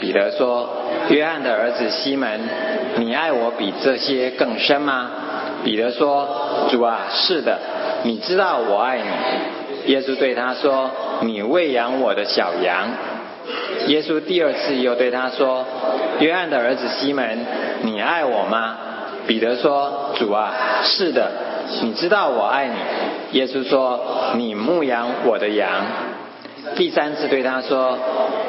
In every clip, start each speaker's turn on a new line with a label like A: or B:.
A: 彼得说：“约翰的儿子西门，你爱我比这些更深吗？”彼得说：“主啊，是的，你知道我爱你。”耶稣对他说：“你喂养我的小羊。”耶稣第二次又对他说：“约翰的儿子西门，你爱我吗？”彼得说：“主啊，是的，你知道我爱你。”耶稣说：“你牧养我的羊。”第三次对他说：“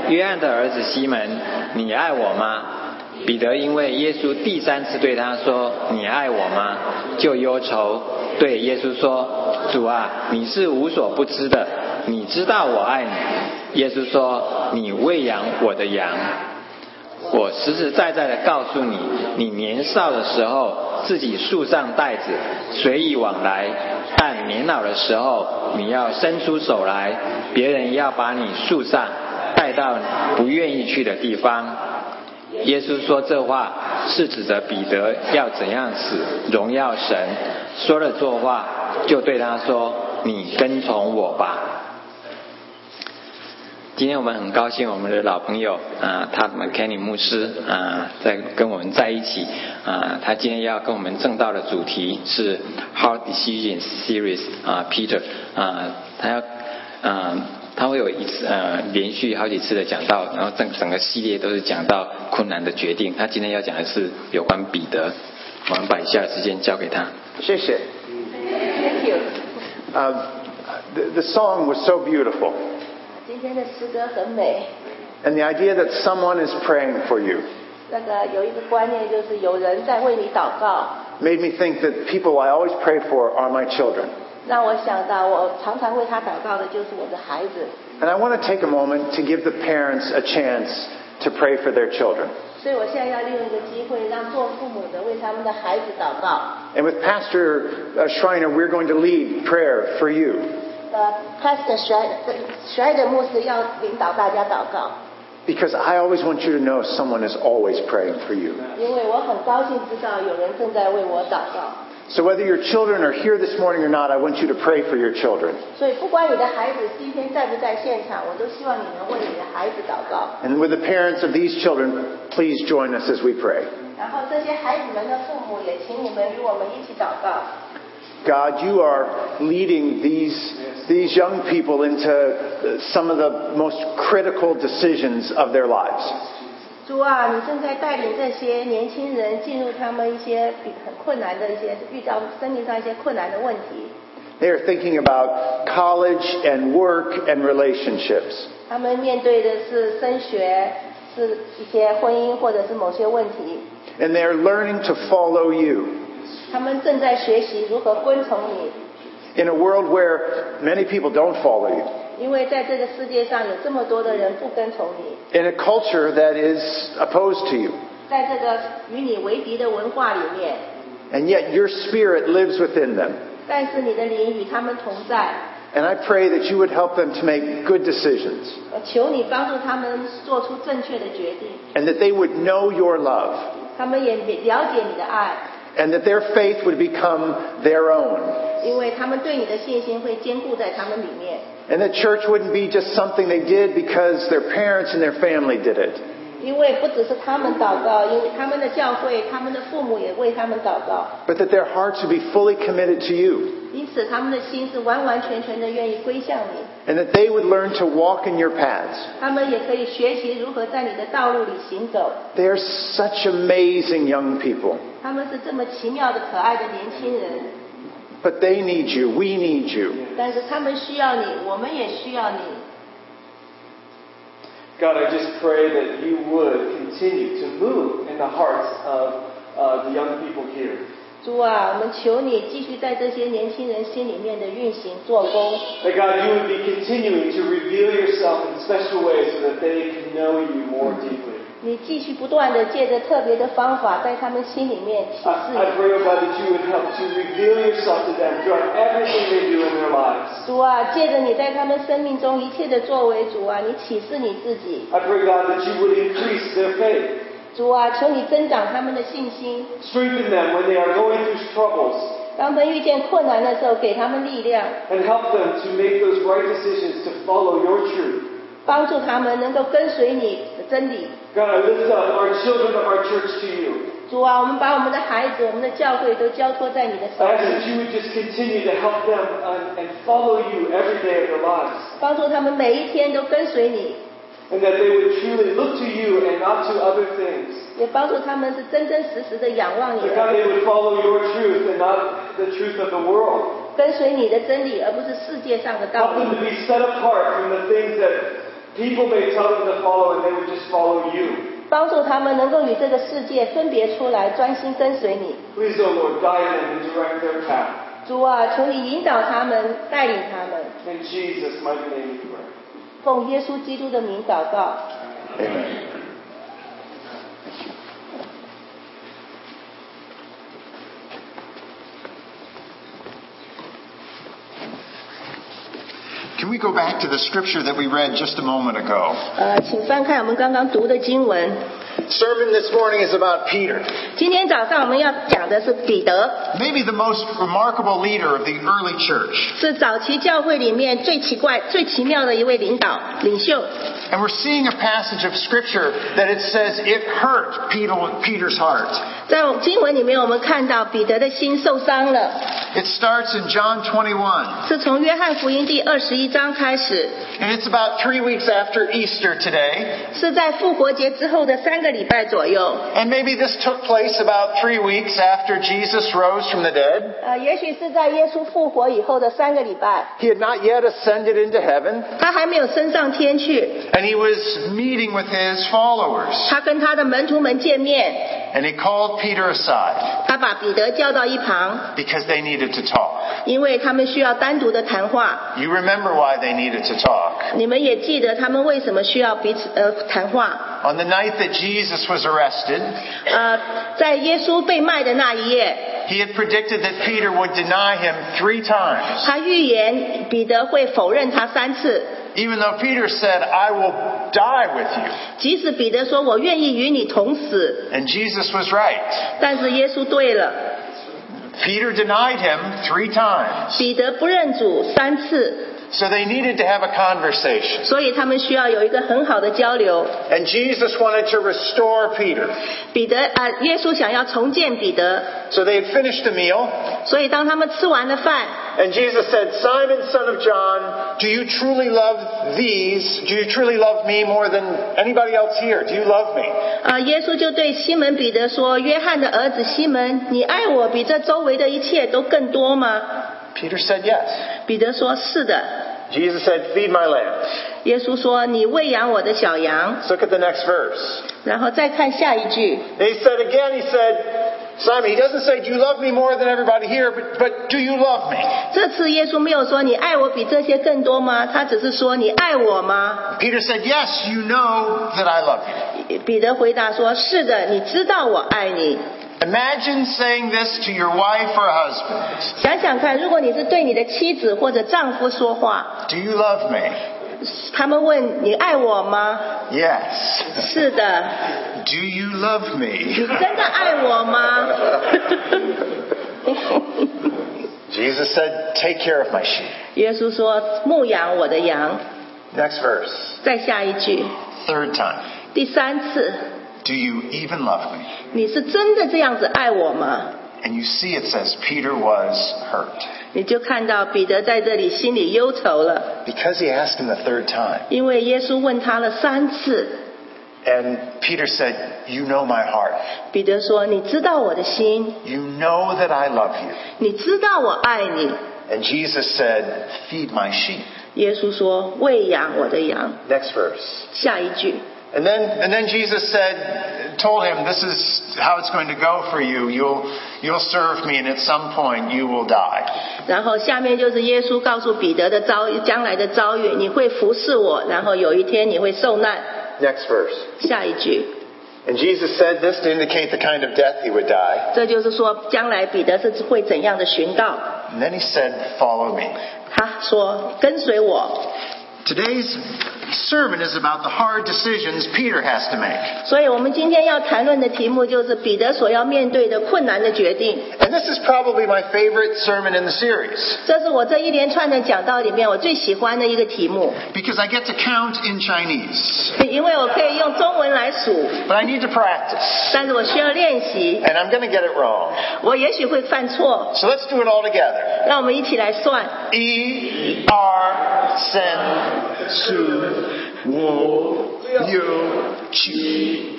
A: 约翰的儿子西门，你爱我吗？”彼得因为耶稣第三次对他说：“你爱我吗？”就忧愁，对耶稣说：“主啊，你是无所不知的，你知道我爱你。”耶稣说：“你喂养我的羊。”我实实在在的告诉你，你年少的时候自己束上带子，随意往来；但年老的时候，你要伸出手来，别人要把你束上，带到不愿意去的地方。耶稣说这话是指着彼得要怎样死，荣耀神。说了这话，就对他说：“你跟从我吧。”今天我们很高兴，我们的老朋友啊，他 McKenny 牧师啊，在跟我们在一起啊。他今天要跟我们正道的主题是 Hard Decisions Series 啊，Peter 啊，他要啊，他会有一次呃连续好几次的讲到，然后整整个系列都是讲到困难的决定。他今天要讲的是有关彼得，我们把以下的时间交给他。
B: 谢谢。
C: Thank you。
B: Uh, the, the song was so beautiful,
C: 今天的诗歌很美，
B: and the idea that someone is praying for you
C: 那个有一个观念就是有人在为你祷告，
B: made me think that people I always pray for are my children.
C: 让我想到我常常为他祷告的就是我的孩子，
B: And I want to take a moment to give the parents a chance to pray for their children.
C: 所以我现在要利用一个机会，让做父母的为他们的孩子祷告。
B: And with Pastor uh, Schreiner, we're going to lead prayer for you
C: 呃，Pastor Shrider 牧师要领导大家祷告，
B: because I always want you to know someone is always praying for you.
C: 因为我很高兴知道有人正在为我祷告。
B: So whether your children are here this morning or not, I want you to pray for your children.
C: 所以不管你的孩子今天在不在现场，我都希望你能为你的孩子祷告。
B: And with the parents of these children, please join us as we pray.
C: 然后这些孩子们的父母也请你们与我们一起祷告。
B: God, you are leading these, these young people into uh, some of the most critical decisions of their lives.
C: 主啊，你正在带领这些年轻人进入他们一些比很困难的一些遇到生命上一些困难的问题，
B: They are thinking about college and work and relationships.
C: 他们面对的是升学，是一些婚姻或者是某些问题，
B: And they are learning to follow you
C: 他们正在学习如何跟从你，
B: in a world where many people don't follow you,
C: 因为在这个世界上有这么多的人不跟从你，
B: in a culture that is opposed to you.
C: 在这个与你为敌的文化里面，
B: And yet your spirit lives within them.
C: 但是你的灵与他们同在，
B: And I pray that you would help them to make good decisions
C: 我呃求你帮助他们做出正确的决定，
B: and that they would know your love
C: 他们也了解你的爱，
B: and that their faith would become their own
C: 因为他们对你的信心会坚固在他们里面。
B: and that church wouldn't be just something they did because their parents and their family did it
C: 因为不只是他们祷告，因为他们的教会、他们的父母也为他们祷告，
B: but that their hearts would be fully committed to you
C: 因此他们的心是完完全全的愿意归向你。
B: and that they would learn to walk in your paths
C: 他们也可以学习如何在你的道路里行走。
B: they are such amazing young people
C: 他们是这么奇妙的、可爱的年轻人，
B: but they need you we need you
C: 但是他们需要你，我们也需要你。
D: God, I just pray that you would continue to move in the hearts of uh, the young people here.
C: 主啊，我们求你继续在这些年轻人心里面的运行做工。
D: That God, you would be continuing to reveal yourself in special ways so that they can know you more deeply.
C: 你继续不断的借着特别的方法，在他们心里面启
D: I, I
C: 示
D: pray, oh God, that you would help to reveal yourself to them throughout everything they do in their lives.
C: 你。主啊，借着你在他们生命中一切的作为，主啊，你启示你自己。
D: I pray, God, that you would increase their faith,
C: 主啊，求你增长他们的信心。
D: strengthen them when they are going through troubles,
C: 当他们遇见困难的时候，给他们力量，
D: and help them to make those right decisions to follow your truth.
C: 帮助他们能够跟随你的真理。
D: God, I lift up our children of our church to you.
C: 主啊，我们把我们的孩子、我们的教会都交托在你的手
D: I ask
C: 里，
D: that you would just continue to help them um, and, and follow you every day of their lives.
C: 帮助他们每一天都跟随你，
D: And that they would truly look to you and not to other things.
C: 也帮助他们是真真实实的仰望你
D: That God,
C: 的，
D: they would follow your truth and not the truth of the world.
C: 跟随你的真理，而不是世界上的道
D: Help
C: 理
D: them。to be set apart from the things that people may tell them to follow and they would just follow you.
C: 帮助他们能够与这个世界分别出来，专心跟随你。
D: Please, O Lord, guide them and direct their path.
C: 主啊，求你引导他们，带领他们。
D: In Jesus' mighty name we pray.
C: 奉耶稣基督的名祷告。
E: Amen.
B: Can we go back to the scripture that we read just a moment ago?
C: 呃，请翻看我们刚刚读的经文。
B: Sermon this morning is about Peter,
C: 今天早上我们要讲的是彼得，
B: maybe the most remarkable leader of the early church.
C: 是早期教会里面最奇怪、最奇妙的一位领导领袖。
B: And we're seeing a passage of scripture that it says it hurt Peter, Peter's heart.
C: 在我们经文里面，我们看到彼得的心受伤了，
B: It starts in John 21,
C: 是从约翰福音第二十一章开始，
B: and it's about three weeks after Easter today.
C: 是在复活节之后的三个礼拜左右。
B: And maybe this took place about three weeks after Jesus rose from the dead.
C: 呃，也许是在耶稣复活以后的三个礼拜，
E: He had not yet ascended into heaven.
C: 他还没有升上天去，
B: And he was meeting with his followers.
C: 他跟他的门徒们见面，
B: And he called Peter aside
C: 他把彼得叫到一旁，
B: because they needed to talk.
C: 因为他们需要单独的谈话。
B: You remember why they needed to talk.
C: 你们也记得他们为什么需要彼此呃谈话？
B: On the night that Jesus was arrested,
C: 呃，在耶稣被卖的那一夜，
B: he had predicted that Peter would deny him three times.
C: 他预言彼得会否认他三次。
B: Even though Peter said, I will die with
C: 即使彼得说“我愿意与你同死
B: you. And Jesus was right. ”，
C: 但是耶稣对了，
B: Peter denied him three times.
C: 彼得不认主三次，
B: So they needed to have a conversation.
C: 所以他们需要有一个很好的交流。
B: And Jesus wanted to restore Peter.
C: 彼得啊、呃耶稣想要重建彼得，
B: So they had finished the meal.
C: 所以当他们吃完了饭，
B: And Jesus said, Simon, son of John, do you truly love these? Do you truly love me more than anybody else here? Do you love me?
C: 呃，耶稣就对西门彼得说：“约翰的儿子西门，你爱我比这周围的一切都更多吗
B: Peter said, Yes.？”
C: 彼得说：“是的。”
B: Jesus said, Feed my lambs.
C: 耶稣说：“你喂养我的小羊。
B: Let's look at the next verse. ”
C: 然后再看下一句，
B: They said again, He said, Simon, He doesn't say, Do you love me more than everybody here? But, but do you love me?
C: 这次耶稣没有说“你爱我比这些更多吗”，他只是说“你爱我吗
B: Peter said, Yes, you know that I love you. ”。
C: 彼得回答说：“是的，你知道我爱你。
B: Imagine saying this to your wife or husband. ”
C: 想想看，如果你是对你的妻子或者丈夫说话，
B: Do you love me?
C: 他们问“你爱我吗
B: Yes.？”
C: 是的，
B: Do you love me?
C: 你真的爱我吗？
B: Jesus said, Take care of my sheep.
C: 耶稣说：“牧养我的羊。
B: Next verse. ”
C: 再下一句，
B: Third time.
C: 第三次，
B: Do you even love me?
C: 你是真的这样子爱我吗？
B: And you see it says Peter was hurt
C: 你就看到彼得在这里心里忧愁了，
B: because he asked him the third time.
C: 因为耶稣问他了三次。
B: And Peter said, You know my heart.
C: 彼得说：“你知道我的心，
B: You know that I love you.
C: 你知道我爱你。
B: And Jesus said, Feed my sheep. ”
C: 耶稣说：“喂养我的羊。
B: Next verse. ”
C: 下一句，
B: And then, and then Jesus said, told him, this is how it's going to go for you. You'll, you'll serve me and at some point you will die.
C: 然后下面就是耶稣告诉彼得的遭遇，将来的遭遇，你会服侍我，然后有一天你会受难。
B: Next verse.
C: 下一句，
B: And Jesus said this to indicate the kind of death he would die.
C: 这就是说将来彼得是会怎样的寻道。
B: And then he said, Follow me.
C: 他说：“跟随我。”
B: Today's sermon is about the hard decisions Peter has to make.
C: 所以我们今天要谈论的题目就是彼得所要面对的困难的决定。
B: And this is probably my favorite sermon in the series
C: 这是我这一连串的讲道里面我最喜欢的一个题目，
B: because I get to count in Chinese.
C: 因为我可以用中文来数，
B: But I need to practice,
C: 但是我需要练习，
B: and I'm going to get it wrong.
C: 我也许会犯错。
B: So let's do it all together.
C: 让我们一起来算。
B: E R sen su wu yu chi.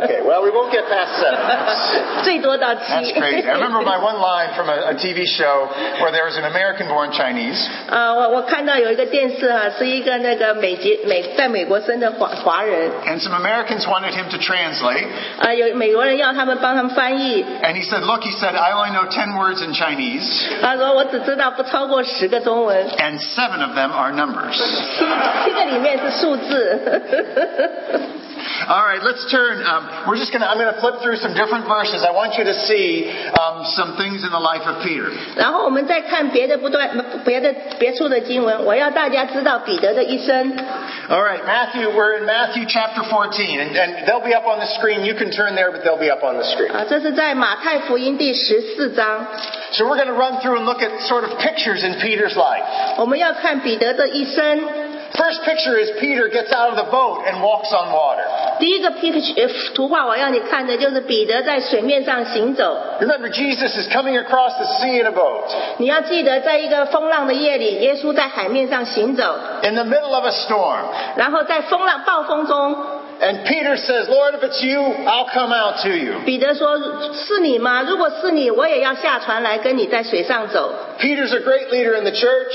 B: Okay, well, we won't get past seven.
C: 最多到七。
B: That's crazy. I remember my one line from a, a TV show where there was an American born Chinese,
C: 呃，我我看到有一个电视哈、是一个那个美籍美在美国生的华华人，
B: and some Americans wanted him to translate.
C: 呃，有美国人要他们帮他们翻译，
B: And he said, Look, he said, I only know 10 words in Chinese,
C: 他说我只知道不超过十个中文，
B: and seven of them are numbers.
C: 七七个里面是数字。
B: All right, let's turn. Um, we're just going to, I'm going to flip through some different verses. I want you to see um, some things in the life of Peter.
C: 然后我们再看别的不断别的别处的经文，我要大家知道彼得的一生。啊
B: All right, Matthew, we're in Matthew chapter 14, and, and they'll be up on the screen. You can turn there, but they'll be up on the screen.
C: 啊，这是在马太福音第十四章，
B: So we're going to run through and look at sort of pictures in Peter's life.
C: 我们要看彼得的一生。
B: First picture is Peter gets out of the boat and walks on water.
C: 第一个 picture 呃图画我要你看的就是彼得在水面上行走。
B: Remember, Jesus is coming across the sea in a boat.
C: 你要记得，在一个风浪的夜里，耶稣在海面上行走，
B: in the middle of a storm.
C: 然后在风浪暴风中，
B: And Peter says, Lord, if it's you, I'll come out to you.
C: 彼得说：“是你吗？如果是你，我也要下船来跟你在水上走。
B: Peter's a great leader in the church. ”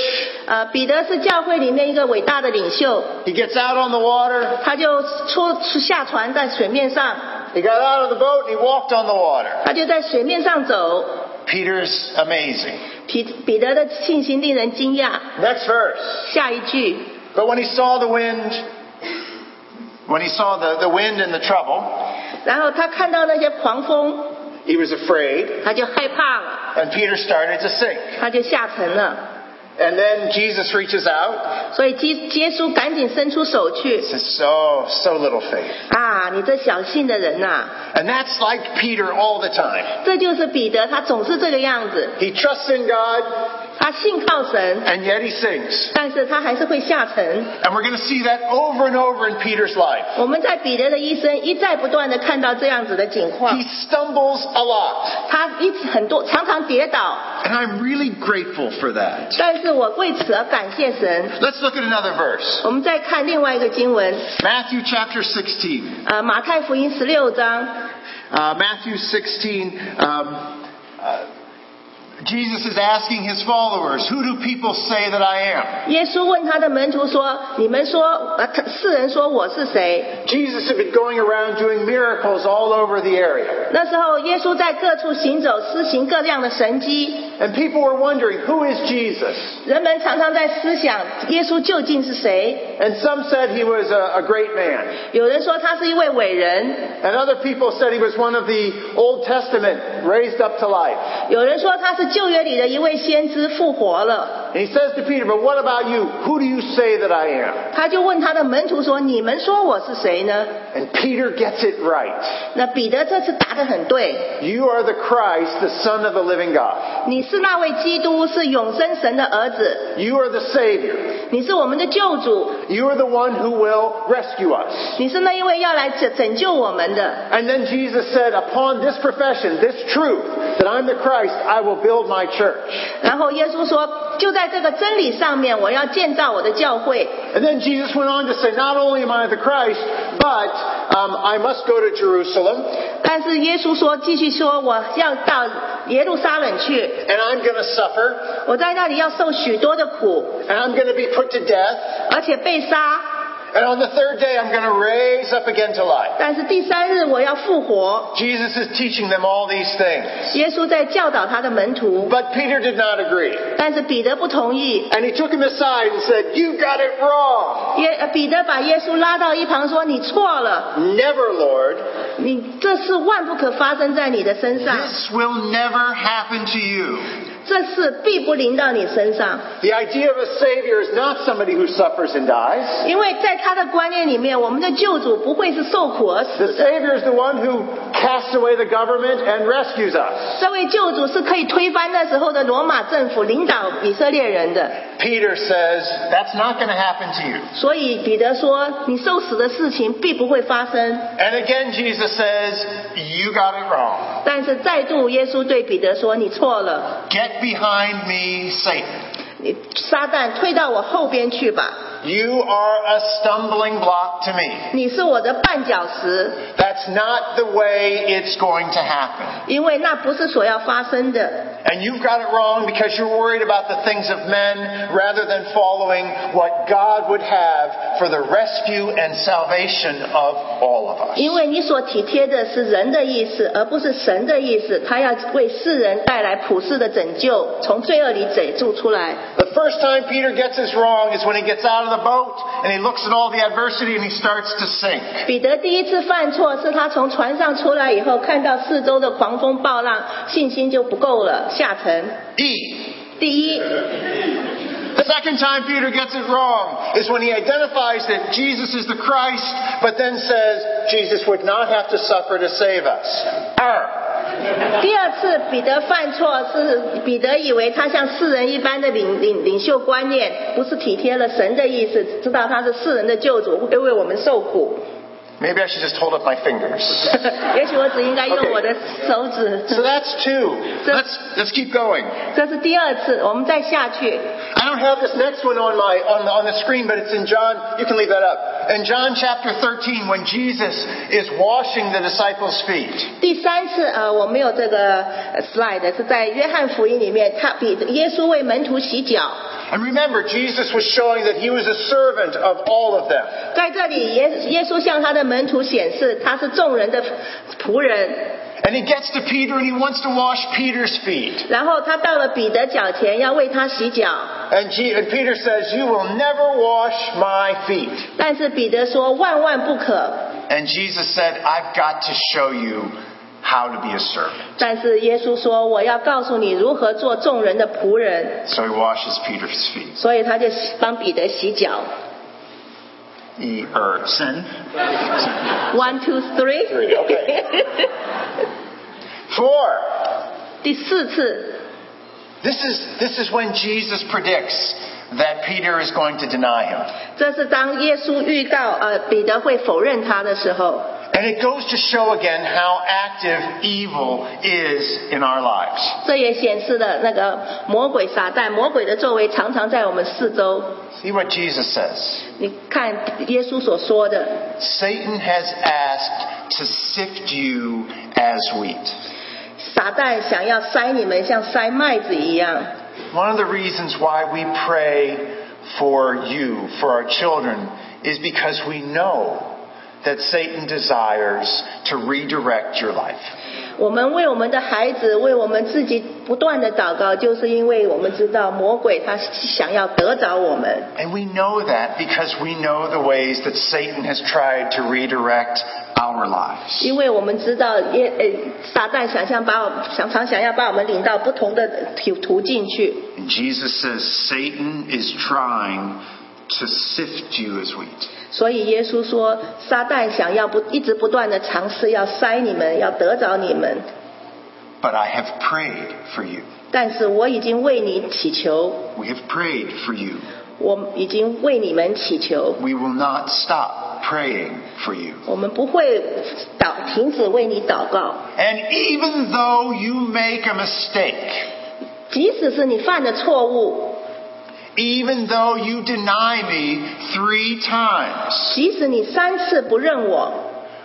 C: 呃，彼得是教会里面一个伟大的领袖，
B: He gets out on the water.
C: 他就出出下船在水面上，
B: He got out of the boat and he walked on the water.
C: 他就在水面上走。
B: Peter's amazing.
C: 彼彼得的信心令人惊讶。
B: Next verse.
C: 下一句，
B: But when he saw the wind, when he saw the, the wind and the trouble,
C: 然后他看到那些狂风，
B: he was afraid
C: 他就害怕了，
B: and Peter started to sink.
C: 他就下沉了。
B: And then Jesus reaches out
C: 所以基耶稣赶紧伸出手去，
B: and says, Oh, so little faith.
C: 啊，你这小信的人呐、啊
B: And that's like Peter all the time.
C: 这就是彼得，他总是这个样子。
B: He trusts in God
C: 他信靠神，
B: and yet he sinks.
C: 但是他还是会下沉。
B: And we're going to see that over and over in Peter's life.
C: 我们在彼得的一生一再不断的看到这样子的景
B: He
C: 况，
B: stumbles a lot.
C: 他一直很多常常跌倒，
B: And I'm really grateful for that.
C: 但是我为此而感谢神。
B: Let's look at another verse.
C: 我们再看另外一个经文，
B: Matthew chapter 16.
C: 呃，马太福音十六章，
B: Uh, Matthew 16. Um, uh, Jesus is asking his followers, Who do people say that I am?
C: 耶稣问他的门徒说：“你们说，呃，他世人说我是谁
B: Jesus had been going around doing miracles all over the area.？”
C: 那时候，耶稣在各处行走，施行各样的神迹，
B: And people were wondering, Who is Jesus?
C: 人们常常在思想耶稣究竟是谁。
B: And some said he was a, a great man.
C: 有人说他是一位伟人，
B: And other people said he was one of the Old Testament raised up to life.
C: 有人说他是旧约里的一位先知复活了。
B: And he says to Peter, But what about you? Who do you say that I am?
C: 他就问他的门徒说：“你们说我是谁呢
B: And Peter gets it right.？”
C: 那彼得这次答得很对，
B: You are the Christ, the Son of the living God.
C: 你是那位基督，是永生神的儿子，
B: You are the Savior.
C: 你是我们的救主，
B: You are the one who will rescue us.
C: 你是那一位要来拯拯救我们的。
B: And then Jesus said, Upon this profession, this truth, that I'm the Christ, I will build my church.
C: 然后耶稣说：“就在这个真理上面，我要建造我的教会。
B: And then Jesus went on to say, Not only am I the Christ, but um, I must go to Jerusalem, ”
C: 但是耶稣说，继续说：“我要到耶路撒冷去，
B: and I'm going to suffer,
C: 我在那里要受许多的苦，
B: and I'm going to be put to death,
C: 而且被杀。”
B: and on the third day, I'm going to raise up again to life.
C: 但是第三日我要复活。
B: Jesus is teaching them all these things.
C: 耶稣在教导他的门徒，
B: But Peter did not agree.
C: 但是彼得不同意。
B: And he took him aside and said, You got it wrong.
C: 耶呃彼得把耶稣拉到一旁说：“你错了，
B: Never, Lord.
C: 你这事万不可发生在你的身上，
B: This will never happen to you.
C: 这事必不临到你身上，
E: The idea of a Savior is not somebody who suffers and dies.
C: 因为在他的观念里面，我们的救主不会是受苦而死
E: The
C: 的。
E: Savior is the one who casts away the government and rescues us.
C: 这位救主是可以推翻那时候的罗马政府，领导以色列人的。
B: Peter says, That's not going to happen to you.
C: 所以彼得说：“你受死的事情必不会发生。
B: And again, Jesus says, You got it wrong. ”
C: 但是再度，耶稣对彼得说：“你错了，
B: Get behind me, Satan.
C: 你撒旦退到我后边去吧，
B: You are a stumbling block to me.
C: 你是我的绊脚石，
B: That's not the way it's going to happen.
C: 因为那不是所要发生的。
B: And you've got it wrong because you're worried about the things of men rather than following what God would have for the rescue and salvation of all of us.
C: 因为你所体贴的是人的意思，而不是神的意思。他要为世人带来普世的拯救，从罪恶里拯救出来。”
B: The first time Peter gets this wrong is when he gets out of the boat and he looks at all the adversity and he starts to sink.
C: 彼得第一次犯错是他从船上出来以后，看到四周的狂风暴浪，信心就不够了，下沉。
B: E.
C: 第一，
B: The second time Peter gets it wrong is when he identifies that Jesus is the Christ, but then says Jesus would not have to suffer to save us. R.
C: 第二次彼得犯错是彼得以为他像世人一般的领领领袖观念，不是体贴了神的意思，知道他是世人的救主，会为我们受苦。呃
B: Maybe I should just hold up my fingers.
C: 也许我只应该用
B: Okay.
C: 我的手指。
B: So that's two. Let's let's keep going.
C: 这是第二次，我们再下去。
B: I don't have this next one on my on the, on the screen, but it's in John. You can leave that up. In John chapter 13, when Jesus is washing the disciples' feet.
C: 第三次，呃，我没有这个呃 slide，是在约翰福音里面，他比耶稣为门徒洗脚。
B: And remember, Jesus was showing that he was a servant of all of them.
C: 在这里，耶耶稣向他的门徒显示他是众人的仆人，
B: And he gets to Peter and he wants to wash Peter's feet.
C: 然后他到了彼得脚前要为他洗脚，
B: And, Je- and Peter says, You will never wash my feet.
C: 但是彼得说万万不可。
B: And Jesus said, I've got to show you how to be a servant.
C: 但是耶稣说我要告诉你如何做众人的仆人，
B: So he washes Peter's feet.
C: 所以他就帮彼得洗脚。
B: E er sin.
C: One two three，
B: Three, okay. 4.
C: 第四次，
B: This is, this is when Jesus predicts that Peter is going to deny him.
C: 这是当耶稣预告呃彼得会否认他的时候。
B: And it goes to show again how active evil is in our lives.
C: 这也显示了那个魔鬼撒旦魔鬼的作为常常在我们四周。
B: See what Jesus says.
C: 你看耶稣所说的，
B: Satan has asked to sift you as wheat.
C: 撒旦想要塞你们像塞麦子一样。
B: One of the reasons why we pray for you, for our children, is because we know that Satan desires to redirect your life.
C: 我们为我们的孩子，为我们自己不断的祷告，就是因为我们知道魔鬼他想要得着我们。
B: And we know that because we know the ways that Satan has tried to redirect our lives.
C: 因为我们知道耶呃，撒旦想象把我想常想要把我们领到不同的途途径去，
B: And Jesus says Satan is trying to sift you as wheat.
C: 所以耶稣说，撒旦想要不一直不断的尝试要塞你们，要得着你们。
B: But I have prayed for you.
C: 但是我已经为你祈求，
B: We have prayed for you.
C: 我已经为你们祈求，
B: We will not stop praying for you.
C: 我们不会祷停止为你祷告。
B: And even though you make a mistake,
C: 即使是你犯的错误，
B: even though you deny me three times,
C: 即使你三次不认我，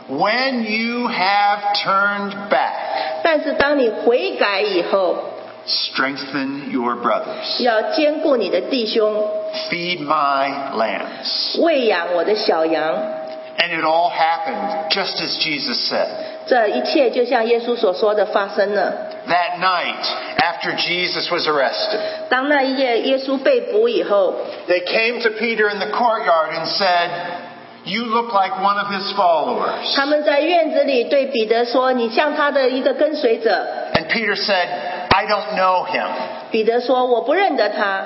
B: when you have turned back,
C: 但是当你悔改以后，
B: strengthen your brothers.
C: 要兼顾你的弟兄，
B: Feed my lambs.
C: 喂养我的小羊。
B: And it all happened just as Jesus said.
C: 这一切就像耶稣所说的发生了。
B: That night, after Jesus was arrested,
C: 当那一夜耶稣被捕以后，
B: they came to Peter in the courtyard and said, You look like one of his followers.
C: 他们在院子里对彼得说：“你像他的一个跟随者。
B: And Peter said, I don't know him. ”
C: 彼得说：“我不认得他。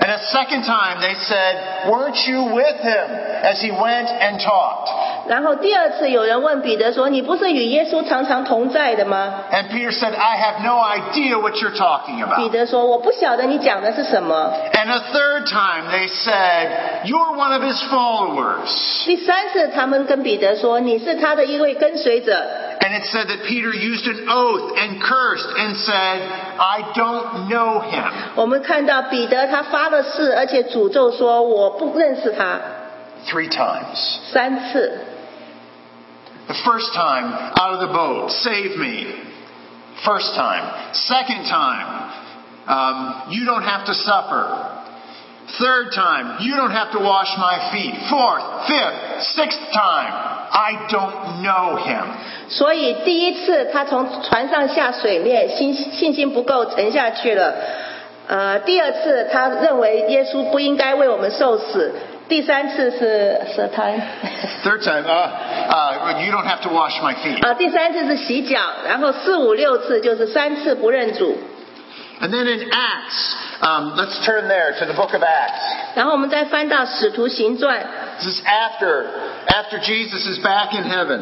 B: And a second time they said, Weren't you with him as he went and taught? ”
C: 然后第二次有人问彼得说：“你不是与耶稣常常同在的吗
B: And Peter said, I have no idea what you're talking？”
C: 彼
B: about.
C: 得说：“我不晓得你讲的是什么。
B: And a third time they said, You're one of his followers. ”
C: 第三次，他们跟彼得说：“你是他的一位跟随者。
B: And it said that Peter used an oath and cursed and said, I don't know him. ”
C: 我们看到彼得他发了誓，而且诅咒说：“我不认识他。
B: Three times. ”
C: 三次。
B: The first time, out of the boat, save me. First time. Second time, um, you don't have to suffer. Third time, you don't have to wash my feet. Fourth, fifth, sixth time, I don't know him.
C: 所以第一次他从船上下水面，信信心不够沉下去了。呃，第二次他认为耶稣不应该为我们受死。第三次是舌苔，
B: Third time, uh, uh, you don't have to wash my feet.
C: 啊，第三次是洗脚，然后四五六次就是三次不认主。
B: And then in Acts, um, let's turn there to the book of Acts.
C: 然后我们再翻到《使徒行传
B: This is after, after Jesus is back in heaven.》，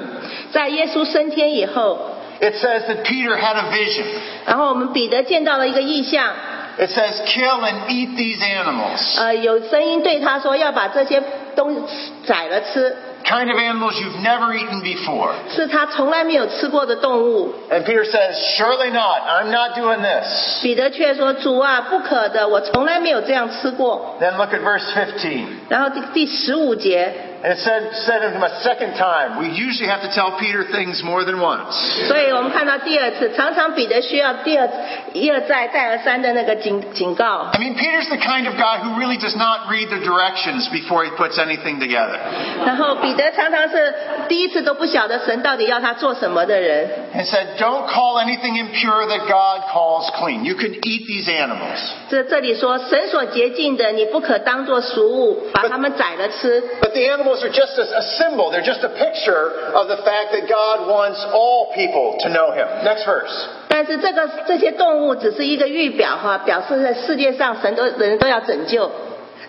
C: 在耶稣升天以后，
B: It says that Peter had a vision.
C: 然后我们彼得见到了一个异象，
B: It says, kill and eat these animals.
C: 呃，有声音对他说要把这些东西宰了吃，
B: Kind of animals you've never eaten before.
C: 是他从来没有吃过的动物。
B: And Peter says, surely not. I'm not doing this.
C: 彼得却说：“主啊，不可的，我从来没有这样吃过。
B: Then look at verse 15. ”
C: 然后第第十五节，
B: And it said, said unto him a second time. We usually have to tell Peter things more than once.
C: 所以我们看到第二次，常常彼得需要第二一而再再而三的那个警警告。
B: I mean, Peter's the kind of guy who really does not read the directions before he puts anything together.
C: 然后彼得常常是第一次都不晓得神到底要他做什么的人。
B: And said, don't call anything impure that God calls clean. You can eat these animals.
C: 这这里说，神所洁净的，你不可当作俗物，把它们宰了吃。
B: But the animals are just a, a symbol. They're just a picture of the fact that God wants all people to know Him. Next verse.
C: 但是这个这些动物只是一个预表哈，表示在世界上神都人都要拯救。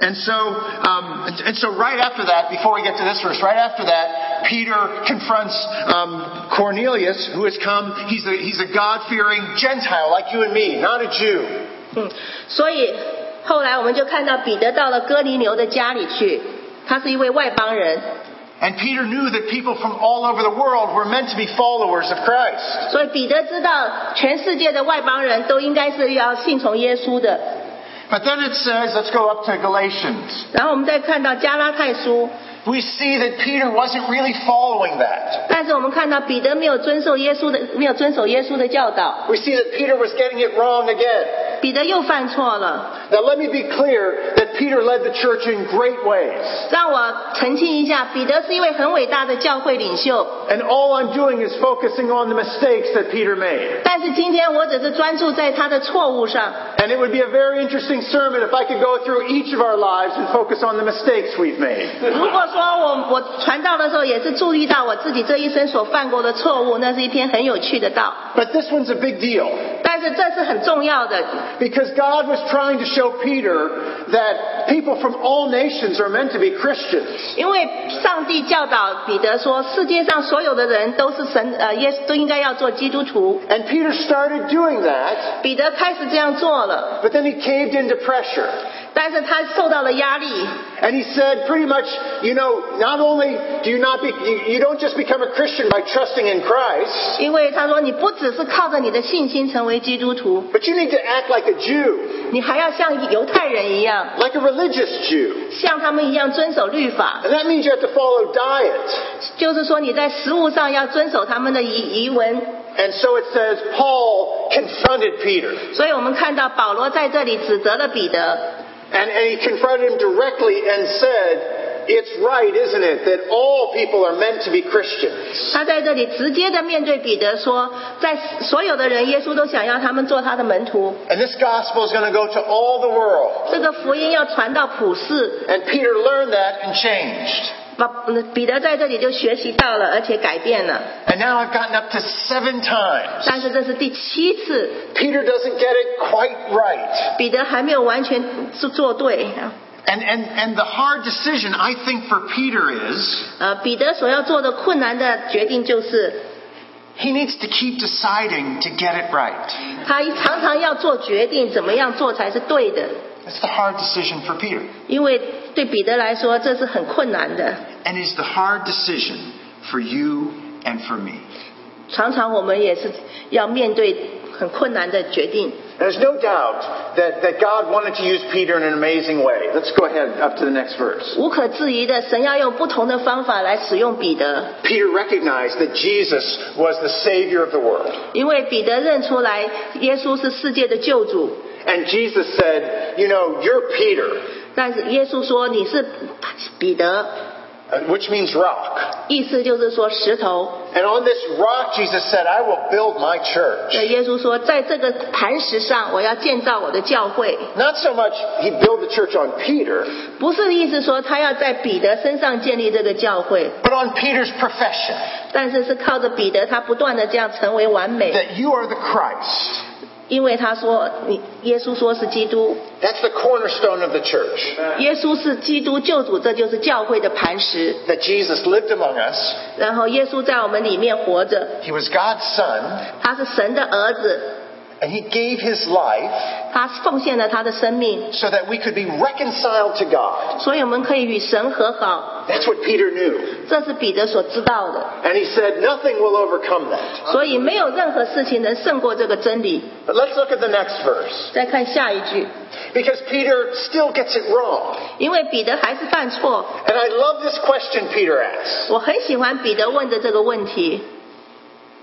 B: And so, um, and, and so, right after that, before we get to this verse, right after that, Peter confronts um, Cornelius, who has come. He's a he's a God-fearing Gentile like you and me, not a Jew.
C: 嗯，所以后来我们就看到彼得到了哥尼流的家里去，他是一位外邦人，
B: And Peter knew that people from all over the world were meant to be followers of Christ.
C: 所以彼得知道全世界的外邦人都应该是要信从耶稣的。
B: But then it says, let's go up to Galatians.
C: 然后我们再看到加拉太书，
B: We see that Peter wasn't really following that.
C: 但是我们看到彼得没有遵守耶稣的，没有遵守耶稣的教导，
B: We see that Peter was getting it wrong again.
C: 彼得又犯错了。
B: Now, let me be clear that Peter led the church in great ways.
C: 让我澄清一下，彼得是一位很伟大的教会领袖，
B: And all I'm doing is focusing on the mistakes that Peter made.
C: 但是今天我只是专注在他的错误上。
B: And it would be a very interesting sermon if I could go through each of our lives and focus on the mistakes we've made.
C: 如果说我我传道的时候也是注意到我自己这一生所犯过的错误，那是一篇很有趣的道。
B: But this one's a big deal
C: 但是这是很重要的，
B: because God was trying to show Peter that people from all nations are meant to be Christians.
C: 因为上帝教导彼得说，世界上所有的人都是神呃耶稣都应该要做基督徒。
B: And Peter started doing that,
C: 彼得开始这样做了，
B: but then he caved into pressure.
C: 但是他受到了压力，
B: And he said pretty much, you know, not only do you not be, you, you don't just become a Christian by trusting in Christ,
C: 因为他说你不只是靠着你的信心成为基督徒，
B: but you need to act like a Jew,
C: 你还要像犹太人一样，
B: like a religious Jew.
C: 像他们一样遵守律法，
B: And that means you have to follow diet.
C: 就是说你在食物上要遵守他们的遗遗文。
B: And so it says Paul confronted Peter.
C: 所以我们看到保罗在这里指责了彼得，
B: And, and he confronted him directly and said, it's right, isn't it, that all people are meant to be Christians.
C: 他在这里直接的面对彼得说，在所有的人，耶稣都想要他们做他的门徒，
B: And this gospel is going to go to all the world.
C: 这个福音要传到普世。
B: And Peter learned that and changed.
C: 把嗯彼得在这里就学习到了，而且改变了。
B: And now I've gotten up to seven times.
C: 但是这是第七次，
B: Peter doesn't get it quite right.
C: 彼得还没有完全做做对。
B: And, and, and the hard decision, I think, for Peter is
C: 呃，彼得所要做的困难的决定就是，
B: he needs to keep deciding to get it right.
C: 他常常要做决定，怎么样做才是对的。
B: That's the hard decision for Peter.
C: 因为对彼得来说，这是很困难的。
B: And is the hard decision for you and for me.
C: 常常我们也是要面对很困难的决定。
E: There's no doubt that, that God wanted to use Peter in an amazing way. Let's go ahead up to the next verse.
C: 无可置疑的，神要用不同的方法来使用彼得，
E: Peter recognized that Jesus was the Savior of the world.
C: 因为彼得认出来耶稣是世界的救主。
E: And Jesus said, You know, you're Peter,
C: 但是耶稣说你是彼得，
E: uh, which means rock.
C: 意思就是说石头。
E: And on this rock, Jesus said, I will build my church.
C: 对耶稣说，在这个磐石上，我要建造我的教会，
E: Not so much he built the church on Peter,
C: 不是意思说他要在彼得身上建立这个教会，
B: But on Peter's profession
C: 但是是靠着彼得他不断的这样成为完美，
B: that you are the Christ.
C: 因为他说你耶稣说是基督，
E: that's the cornerstone of the church.
C: 耶稣是基督救主，这就是教会的磐石。
B: That Jesus lived among us.
C: 然后耶稣在我们里面活着，
B: He was God's son.
C: 他是神的儿子，
B: And he gave his life
C: 他奉献了他的生命，
B: so that we could be reconciled to God.
C: 所以我们可以与神和好，
E: That's what Peter knew.
C: 这是彼得所知道的。
E: And he said, Nothing will overcome that.
C: 所以没有任何事情能胜过这个真理。
E: But let's look at the next verse.
C: 再看下一句，
E: Because Peter still gets it wrong.
C: 因为彼得还是犯错。
E: And I love this question Peter asks.
C: 我很喜欢彼得问的这个问题。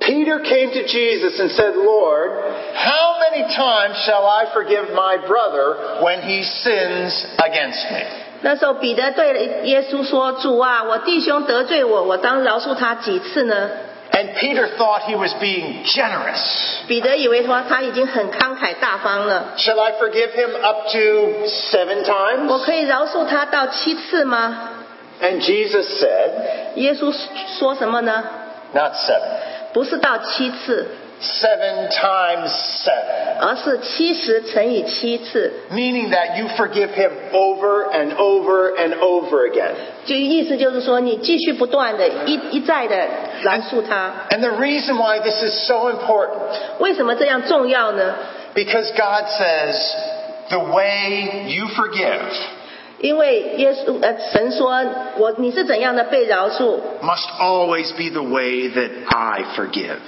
E: Peter came to Jesus and said, Lord,
B: How many times shall I forgive my brother when he sins against me?
C: 那时候彼得对耶稣说：“主啊，我弟兄得罪我，我当饶恕他几次呢
B: And Peter thought he was being generous.？”
C: 彼得以为说他已经很慷慨大方了，
B: Shall I forgive him up to seven times?
C: 我可以饶恕他到七次吗？
E: and Jesus said,
C: 耶稣说什么呢？
B: Not seven.
C: 不是到七次，
B: Seven times seven.
C: 而是七十乘以七次，
B: Meaning that you forgive him
E: over and over and over again.
C: 就意思就是说你继续不断的一一再的饶恕他。
B: And the reason why this is so important,
C: 为什么这样重要呢？
B: because God says, the way you forgive
C: 因为耶稣呃，神说我你是怎样的被饶恕，
B: must always be the way that I forgive.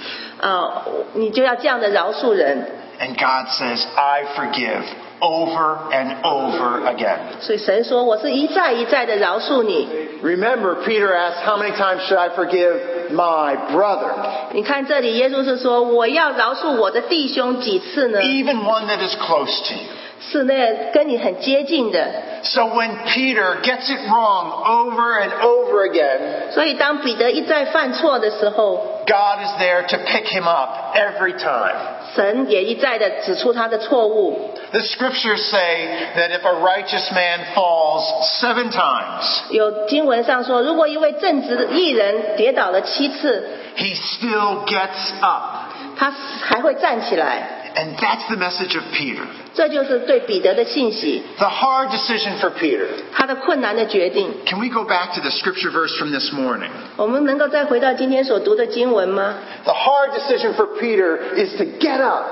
C: 啊、你就要这样的饶恕人。
B: And God says, I forgive over and over again.
C: 所以神说我是一再一再的饶恕你。
E: Remember, Peter asked, How many times should I forgive my brother?
C: 你看这里，耶稣是说我要饶恕我的弟兄几次呢？
B: Even one that is close to you.
C: 是那跟你很接近的。
B: So when Peter gets it wrong over and over again,
C: 所以当彼得一再犯错的时候，
B: God is there to pick him up every time.
C: 神也一再的指出他的错误。
B: The scriptures say that if a righteous man falls seven times,
C: 有经文上说，如果一位正直的艺人跌倒了七次，
B: he still gets up.
C: 他还会站起来。
B: And that's the message of Peter.
C: 这就是对彼得的信息，
B: The hard decision for Peter.
C: 他的困难的决定。
B: Can we go back to the scripture verse from this morning?
C: 我们能够再回到今天所读的经文吗？
E: The hard decision for Peter is to get up,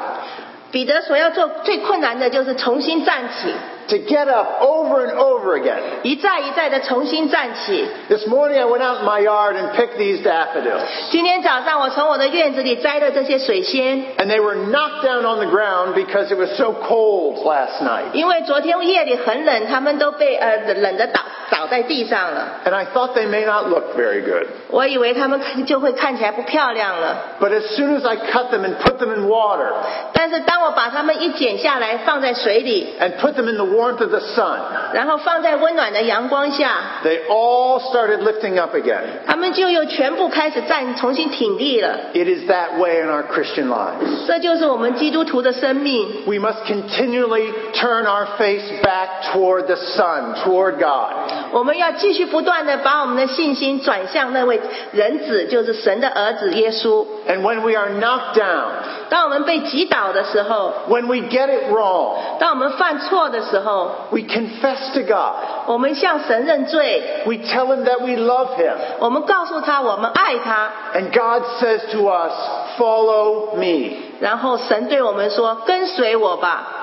C: 彼得所要做最困难的就是重新站起，
E: to get up over and over again.
C: 一再一再的重新站起。
E: This morning I went out in my yard and picked these daffodils,
C: 今天早上我从我的院子里摘了这些水仙，
E: and they were knocked down on the ground because it was so cold last night.
C: 因为昨天夜里很冷，它们都被呃冷的倒倒在地上了。
E: And I thought they may not look very good.
C: 我以为它们看就会看起来不漂亮了，
E: But as soon as I cut them and put them in water
C: 但是当我把它们一剪下来放在水里，
E: and put them in the warmth of the sun,
C: 然后放在温暖的阳光下，
E: They all started lifting up again.
C: 他们就又全部开始站，重新挺立了。
E: It is that way in our Christian lives.
C: 这就是我们基督徒的生命。
E: We must continually turn our face back toward the sun, toward God.
C: 我们要继续不断的把我们的信心转向那位人子，就是神的儿子耶稣。
E: And when we are knocked down,
C: 当我们被击倒的时候，
E: when we get it wrong,
C: 当我们犯错的时候，
E: we confess to God.
C: 我们向神认罪，
E: We tell Him that we love Him.
C: 我们告诉他我们爱他，
E: And God says to us, Follow me.
C: 然后神对我们说：“跟随我吧。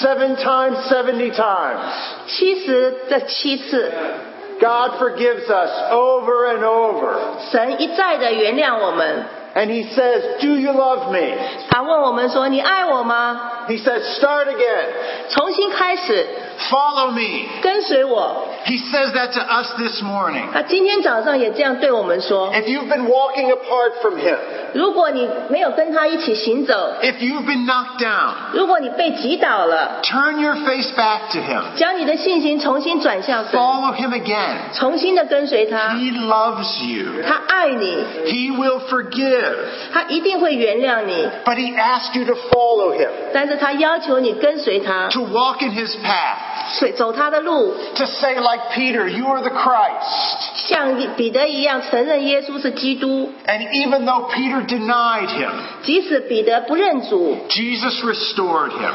E: Seven times, seventy times. ”
C: 七十这七次，
E: God forgives us over and over.
C: 神一再的原谅我们。
E: And He says, Do you love me?
C: 他问我们说：“你爱我吗
E: He says, Start again.？”
C: 重新开始，
B: Follow me.
C: 跟随我。
B: He says that to us this morning.
C: 他今天早上也这样对我们说
E: If you've been walking apart from Him,：“
C: 如果你没有跟他一起行走，
B: If you've been knocked down,
C: 如果你被击倒了，
B: turn your face back to Him.
C: 将你的信心重新转向神，
B: Follow Him again.
C: 重新的跟随他。
B: He loves you.
C: 他爱你，
B: He will forgive.
C: 他一定会原谅你，
B: But He asks you to
E: follow Him.
C: 但是他要求你跟随他，
B: to walk in His path.
C: 随走他的路。”
B: To say like Peter, you are the Christ.
C: 像彼得一样承认耶稣是基督，
B: And even though Peter denied Him,
C: 即使彼得不认主，
B: Jesus restored him.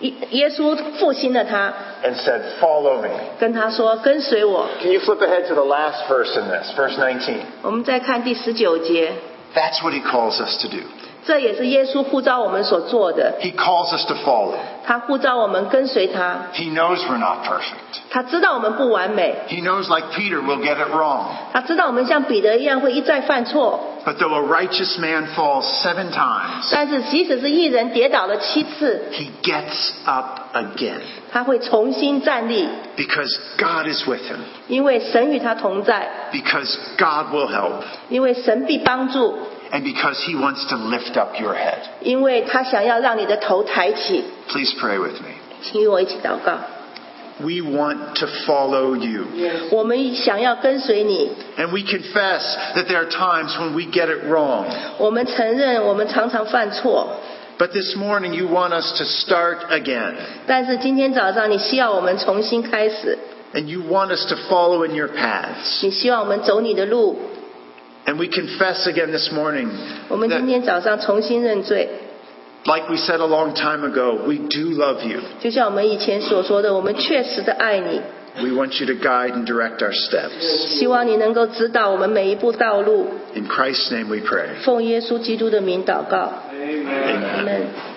C: 耶耶稣复兴了他，
E: And said, Follow me.
C: 跟他说：“跟随我。
E: Can you flip ahead to the last verse in this? Verse 19. ”
C: 我们再看第十九节，
B: That's what He calls us to do.
C: 这也是耶稣呼召我们所做的，
B: He calls us to follow.
C: 他呼召我们跟随他。
B: He knows we're not perfect.
C: 他知道我们不完美，
B: He knows, like Peter, we'll get it wrong.
C: 他知道我们像彼得一样会一再犯错，
B: But though a righteous man falls seven times,
C: 但是即使是一人跌倒了七次，
B: he gets up again
C: 他会重新站立，
B: because God is with him,
C: 因为神与他同在，
B: because God will help,
C: 因为神必帮助，
B: and because He wants to lift up your head.
C: 因为他想要让你的头抬起。
B: Please pray with me.
C: 请与我一起祷告。
B: We want to follow you.
C: 我们想要跟随你，
B: And we confess that there are times when we get it wrong.
C: 我们承认我们常常犯错，
B: But this morning you want us to start again.
C: 但是今天早上你需要我们重新开始，
B: And you want us to follow in your paths.
C: 你希望我们走你的路。
B: And we confess again this morning
C: 我们今
B: that,
C: 天早上重新认罪，
B: like we said a long time ago, we do love you.
C: 就像我们以前所说的，我们确实的爱你，
B: We want you to guide and direct our steps.
C: 希望你能够指导我们每一步道路。
B: In Christ's name we pray.
C: 奉耶稣基督的名祷告，
D: Amen.
C: 阿门。